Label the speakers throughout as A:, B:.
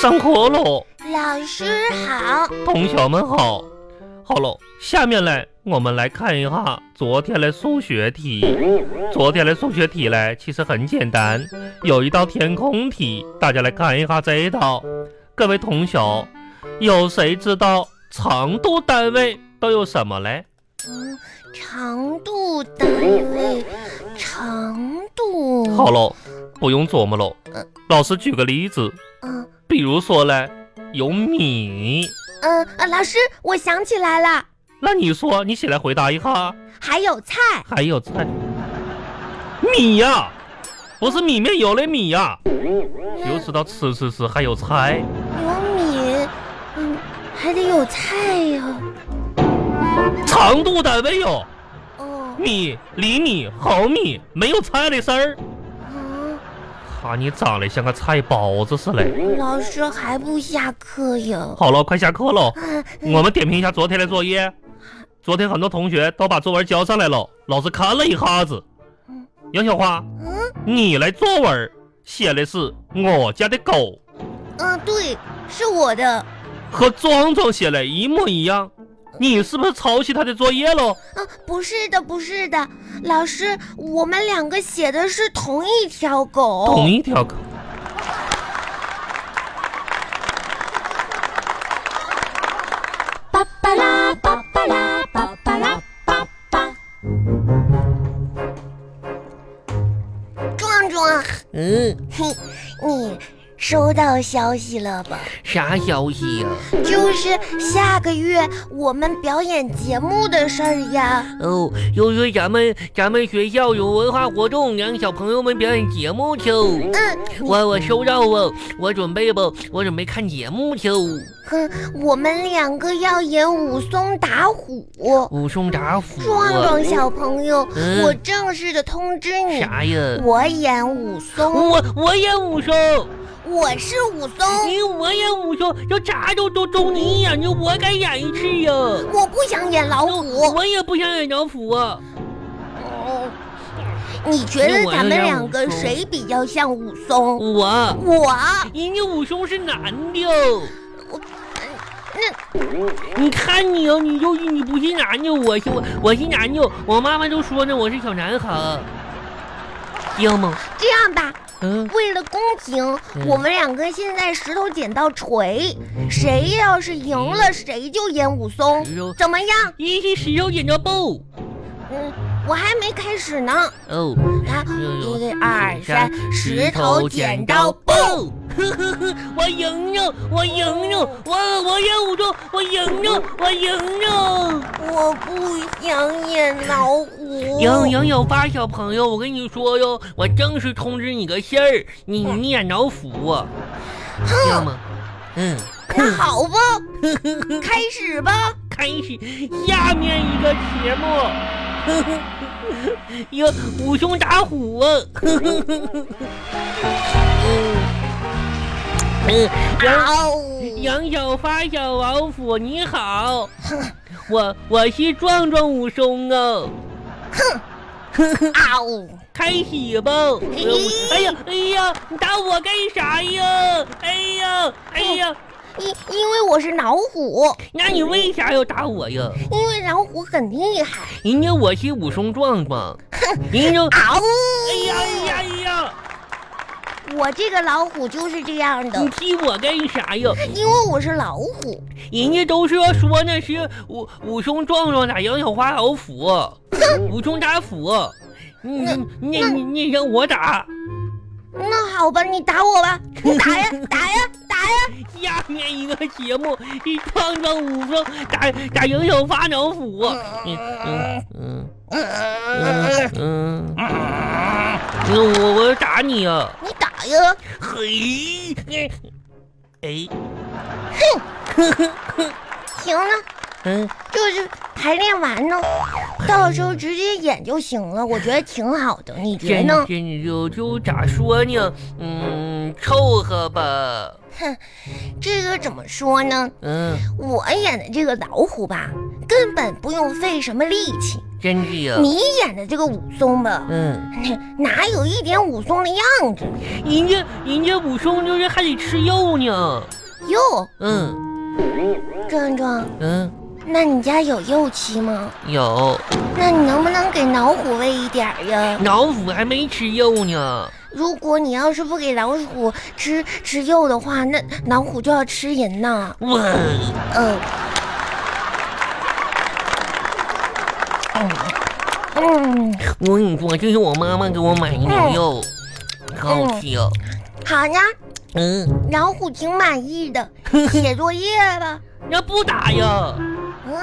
A: 上课喽，
B: 老师好，
A: 同学们好。好喽，下面来我们来看一下昨天的数学题。昨天的数学题嘞，其实很简单，有一道填空题，大家来看一下这一道。各位同学，有谁知道长度单位都有什么嘞？
B: 嗯，长度单位，长度。
A: 好喽，不用琢磨喽。老师举个例子，
B: 嗯
A: 比如说嘞，有米，
B: 嗯、呃，老师，我想起来了，
A: 那你说你起来回答一下。
B: 还有菜。
A: 还有菜，米呀、不是米面油的米呀、就知道吃吃吃，还有菜。
B: 有米，嗯，还得有菜呀、
A: 长度单位有
B: 哦，
A: 米、厘米、毫米，没有菜的事儿。
B: 嗯，
A: 哈，你长得像个菜包子似的。
B: 老师还不下课呀？
A: 好了，快下课喽，
B: 嗯
A: 我们点评一下昨天的作业。昨天很多同学都把作文交上来了，老师看了一下子
B: 嗯。
A: 杨小花，
B: 嗯
A: 你来作文写的是我家的狗。
B: 嗯，对，是我的。
A: 和壮壮写的一模一样，你是不是抄袭他的作业喽？
B: 嗯，不是的，不是的，老师，我们两个写的是同一条狗。
A: 同一条狗。
C: 巴巴拉巴巴拉巴巴拉巴巴。
B: 壮壮，
D: 嗯，
B: 嘿，你收到消息了吧？
D: 啥消息呀、
B: 就是下个月我们表演节目的事儿呀。
D: 哦，又说咱们咱们学校有文化活动，让小朋友们表演节目去哦。
B: 嗯，
D: 我我收到哦，我准备吧，我准备看节目去哦。
B: 哼，我们两个要演武松打虎。
D: 武松打虎
B: 壮
D: 啊，
B: 壮小朋友，
D: 嗯
B: 我正式的通知你，
D: 啥嗯呀？
B: 我演武松，
D: 我我也武松，
B: 我是武松，
D: 你我也武松，这咋都都都你演，你我敢演一次呀？
B: 我不想演老虎。
D: 我也不想演老虎啊。
B: 哦你觉得咱们两个谁比较像武松？
D: 我，
B: 我，
D: 人家武松是男的哦。
B: 那
D: 你看你哦，你就你不是男的，我是我我是男的，我妈妈都说呢，我是小男孩，知道吗？
B: 这样吧，
D: 嗯，
B: 为了公平，
D: 嗯
B: 我们两个现在石头剪刀锤，谁要是赢了，谁就演武松
D: 石头，
B: 怎么样？
D: 一是石头剪刀布，
B: 嗯，我还没开始呢。
D: 哦，
B: 啊，
D: 嗯
B: 一二三，石头剪刀布。
D: 呵呵呵， 我赢了，我赢了，我我也武松，我赢了，我赢
B: 哦
D: 了。
B: 我不想演老虎。
D: 杨杨小发小朋友，我跟你说哟，我正式通知你个信儿，你你演老虎啊，
B: 哦
D: 知道吗？嗯。
B: 那好吧，开始吧。
D: 开始下面一个节目， 一个武松打虎 啊。嗯，杨
B: 嗷！
D: 杨小发小王府你好，我我是壮壮武松啊，
B: 嗷！
D: 开始吧。哎呀哎呀，你打我干啥呀？哎呀哎呀，
B: 因因为我是老虎，
D: 那你为啥要打我呀？
B: 因为老虎很厉害。
D: 人家我是武松壮壮，人家
B: 嗷！
D: 哎呀哎呀哎呀！
B: 我这个老虎就是这样的
D: 你，踢我干啥呀？
B: 因为我是老虎。
D: 人家都是说那是武武松壮壮打杨小花老虎，武松打虎，你你你你让我打，
B: 那好吧，你打我吧，你打呀，打呀，打呀！
D: 下面一个节目是壮壮武松打打杨小花老虎，嗯嗯嗯嗯嗯，嗯我我要打你啊！
B: 你打呀！
D: 嘿，哎，
B: 行了，
D: 嗯，
B: 就是排练完呢，到时候直接演就行了，我觉得挺好的，你觉得
D: 真
B: 呢？
D: 真就就咋说呢？嗯，凑合吧。
B: 这个怎么说呢？
D: 嗯
B: 我演的这个老虎吧，根本不用费什么力气。
D: 真是呀。
B: 你演的这个武松吧，
D: 嗯，
B: 哪有一点武松的样子？
D: 人家人家武松就是还得吃肉呢。
B: 哟，
D: 嗯
B: 壮壮，
D: 嗯，
B: 那你家有右七吗？
D: 有
B: 那你能不能给老虎喂一点儿呀？
D: 老虎还没吃肉呢。
B: 如果你要是不给老虎吃吃肉的话，那老虎就要吃人呐。
D: 我
B: 嗯，嗯，嗯，
D: 我跟你说，这是我妈妈给我买的牛肉，可好吃哦。
B: 好呀，
D: 嗯，
B: 老虎挺满意的。写作业吧，
D: 那不打呀，
B: 嗯，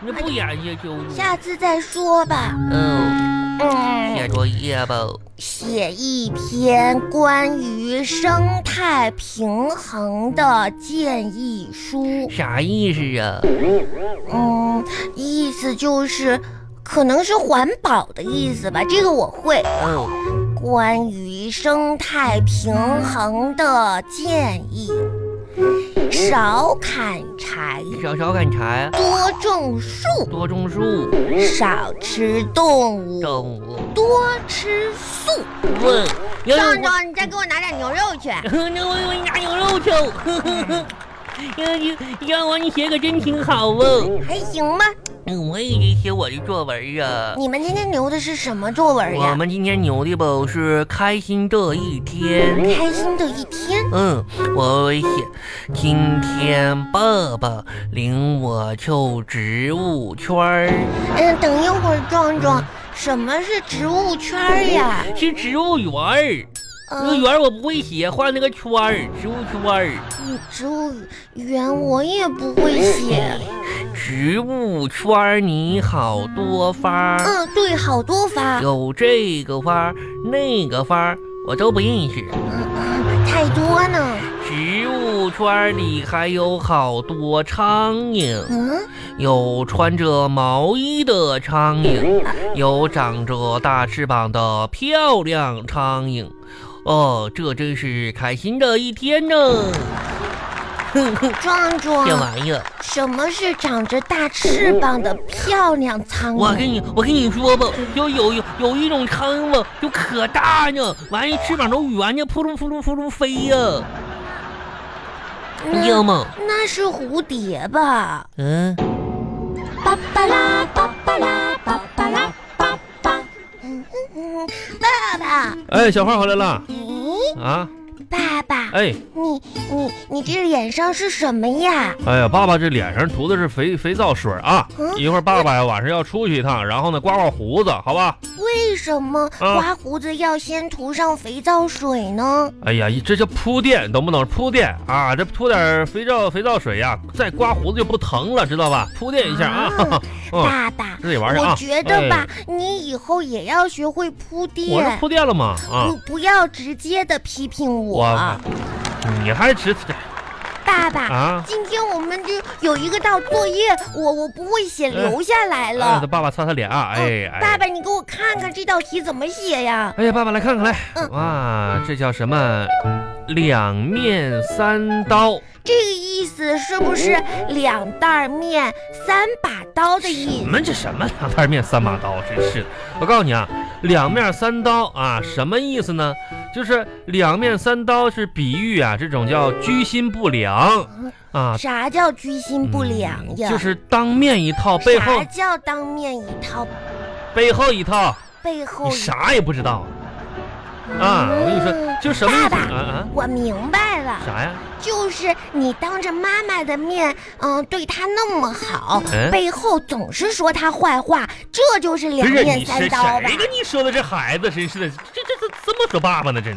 D: 那不演呀，就
B: 下次再说吧。
D: 嗯，
B: 嗯，
D: 写作业吧。
B: 写一篇关于生态平衡的建议书。
D: 啥意思啊？
B: 嗯，意思就是，可能是环保的意思吧，这个我会。
D: 嗯，
B: 关于生态平衡的建议：少砍柴，
D: 少少砍柴，
B: 多种树，
D: 多种树，
B: 少吃动物，
D: 动物。
B: 多吃素。
D: 问，牛
B: 壮
D: 肉，
B: 壮，你再给我拿点牛肉去。
D: 那我我拿牛肉去。让你让我你写可真挺好哦。
B: 还行吧？
D: 嗯我也得写我的作文啊。
B: 你们今天留的是什么作文
D: 我
B: 呀？
D: 们今天牛的吧是开心这一天。
B: 开心的一天，
D: 嗯，我写今天爸爸领我去植物圈儿，
B: 嗯，等一会儿，壮壮，什么是植物圈儿呀？
D: 是植物园儿。那个
B: 嗯，
D: 园儿我不会写，画那个圈儿，植物圈儿，
B: 嗯植物园我也不会写。
D: 植物圈儿你好多花儿，
B: 嗯，对，好多发，
D: 有这个花儿那个花儿，我都不认识。
B: 嗯太多呢。
D: 植物圈儿里还有好多苍蝇。
B: 嗯，
D: 有穿着毛衣的苍蝇，有长着大翅膀的漂亮苍蝇。哦，这真是开心的一天呢！
B: 壮
D: 这
B: 壮，
D: 玩意儿，
B: 什么是长着大翅膀的漂亮苍
D: 我跟
B: 蝇？
D: 你我跟你说吧，就有有有一种苍蝇吧，就可大呢，完了翅膀都圆呢，扑噜扑噜扑噜飞呀、你知道
B: 那
D: 吗？
B: 嗯那是蝴蝶吧？嗯
D: 嗯，
C: 巴巴拉巴巴拉巴巴拉巴巴。
B: 嗯，爸爸，
A: 哎，小花回来了
B: 咦，
A: 啊！
B: 爸爸，
A: 哎
B: 你你你这脸上是什么呀？
A: 哎呀，爸爸这脸上涂的是肥肥皂水啊！
B: 嗯
A: 一会儿爸爸呀晚上要出去一趟，然后呢刮刮胡子，好吧？
B: 为什么
A: 啊
B: 刮胡子要先涂上肥皂水呢？
A: 哎呀，这叫铺垫，懂不懂？铺垫啊，这涂点肥皂肥皂水呀，再刮胡子就不疼了，知道吧？铺垫一下啊！
B: 啊
A: 嗯，
B: 爸爸，
A: 这得玩意儿啊！
B: 我觉得吧
A: 哎，，
B: 你以后也要学会铺
A: 我这
B: 垫。
A: 铺垫了吗？啊
B: 不，不要直接的批评我，啊
A: 我你还吃
B: 爸爸。
A: 啊？
B: 今天我们就有一个道作业，我我不会写，留下来
A: 让哎他
B: 了。哦
A: 爸爸擦擦脸啊！哎哎，
B: 爸爸，你给我看看这道题怎么写呀？
A: 哎呀，爸爸来看看来，
B: 嗯
A: 哇，这叫什么？两面三刀，
B: 这个意思是不是
A: 嗯
B: 两袋面三把刀的意
A: 你
B: 思？
A: 们这什么两袋面三把刀，真是的！我告诉你啊，两面三刀啊，什么意思呢？就是两面三刀是比喻啊，这种叫居心不良啊，
B: 啥叫哦居心不良
A: 嗯
B: 呀？
A: 就是当面一套，背后
B: 啥叫当面一套，
A: 背后一套，
B: 背后
A: 你
B: 一
A: 啥也不知道啊！我跟你说，
B: 嗯
A: 就什么意思
B: 爸
A: 啊
B: 爸
A: 啊？
B: 我明白了，
A: 啥呀？
B: 就是你当着妈妈的面，嗯、对她那么好，
A: 嗯
B: 背后总是说她坏话，这就是
A: 不
B: 两
A: 是你
B: 面
A: 谁
B: 三刀吧
A: 谁？跟你说的这孩子真是的，这这这这么说爸爸呢？真，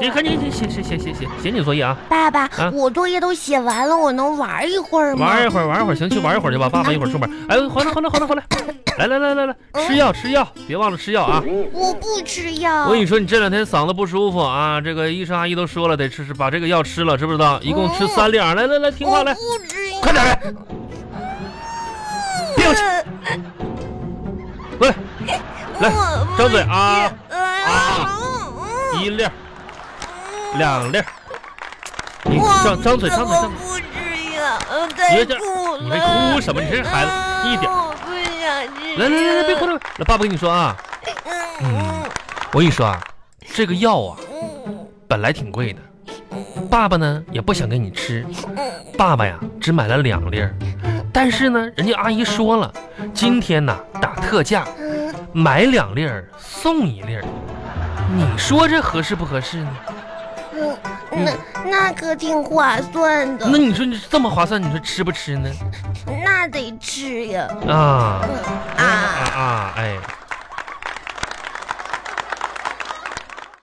A: 你
B: 嗯
A: 看你写写写写写写你作业啊，
B: 爸爸，
A: 啊
B: 我作业都写完了，我能玩一会儿吗？
A: 玩一会儿玩一会儿，行，去玩一会儿去吧，爸爸一会儿出门。哎，回来回来回来回来，来来来来
B: 嗯
A: 来，吃药吃药，别忘了吃药啊！
B: 我不吃
A: 我
B: 药
A: 跟。你说，你这两天嗓子不舒服啊，这个医生阿姨都说了，得吃吃把这个药吃了，知不知道？一共吃三粒儿，来来来，听话
B: 我
A: 来，
B: 不吃药。
A: 快点来，别有气，过来来
B: 我不
A: 张嘴啊
B: 吃
A: 啊！一粒儿，两粒儿，你
B: 我
A: 张张嘴张嘴张嘴
B: 我。不吃药。想再
A: 你这
B: 哭了。
A: 你们哭什么？你这孩子一点
B: 啊。我不想去。
A: 来来来来，别哭了。老爸，我跟你说啊，
B: 嗯。
A: 我跟你说啊，这个药啊
B: 嗯
A: 本来挺贵的，爸爸呢也不想给你吃，
B: 嗯
A: 爸爸呀只买了两粒儿，但是呢，人家阿姨说了，今天呐打特价，
B: 嗯
A: 买两粒儿送一粒儿，你说这合适不合适呢？
B: 嗯，那那可挺划算的
A: 那，你说你这么划算，你说吃不吃呢？
B: 那得吃呀。
A: 啊
B: 嗯
A: 啊
B: 啊。
A: 啊！哎，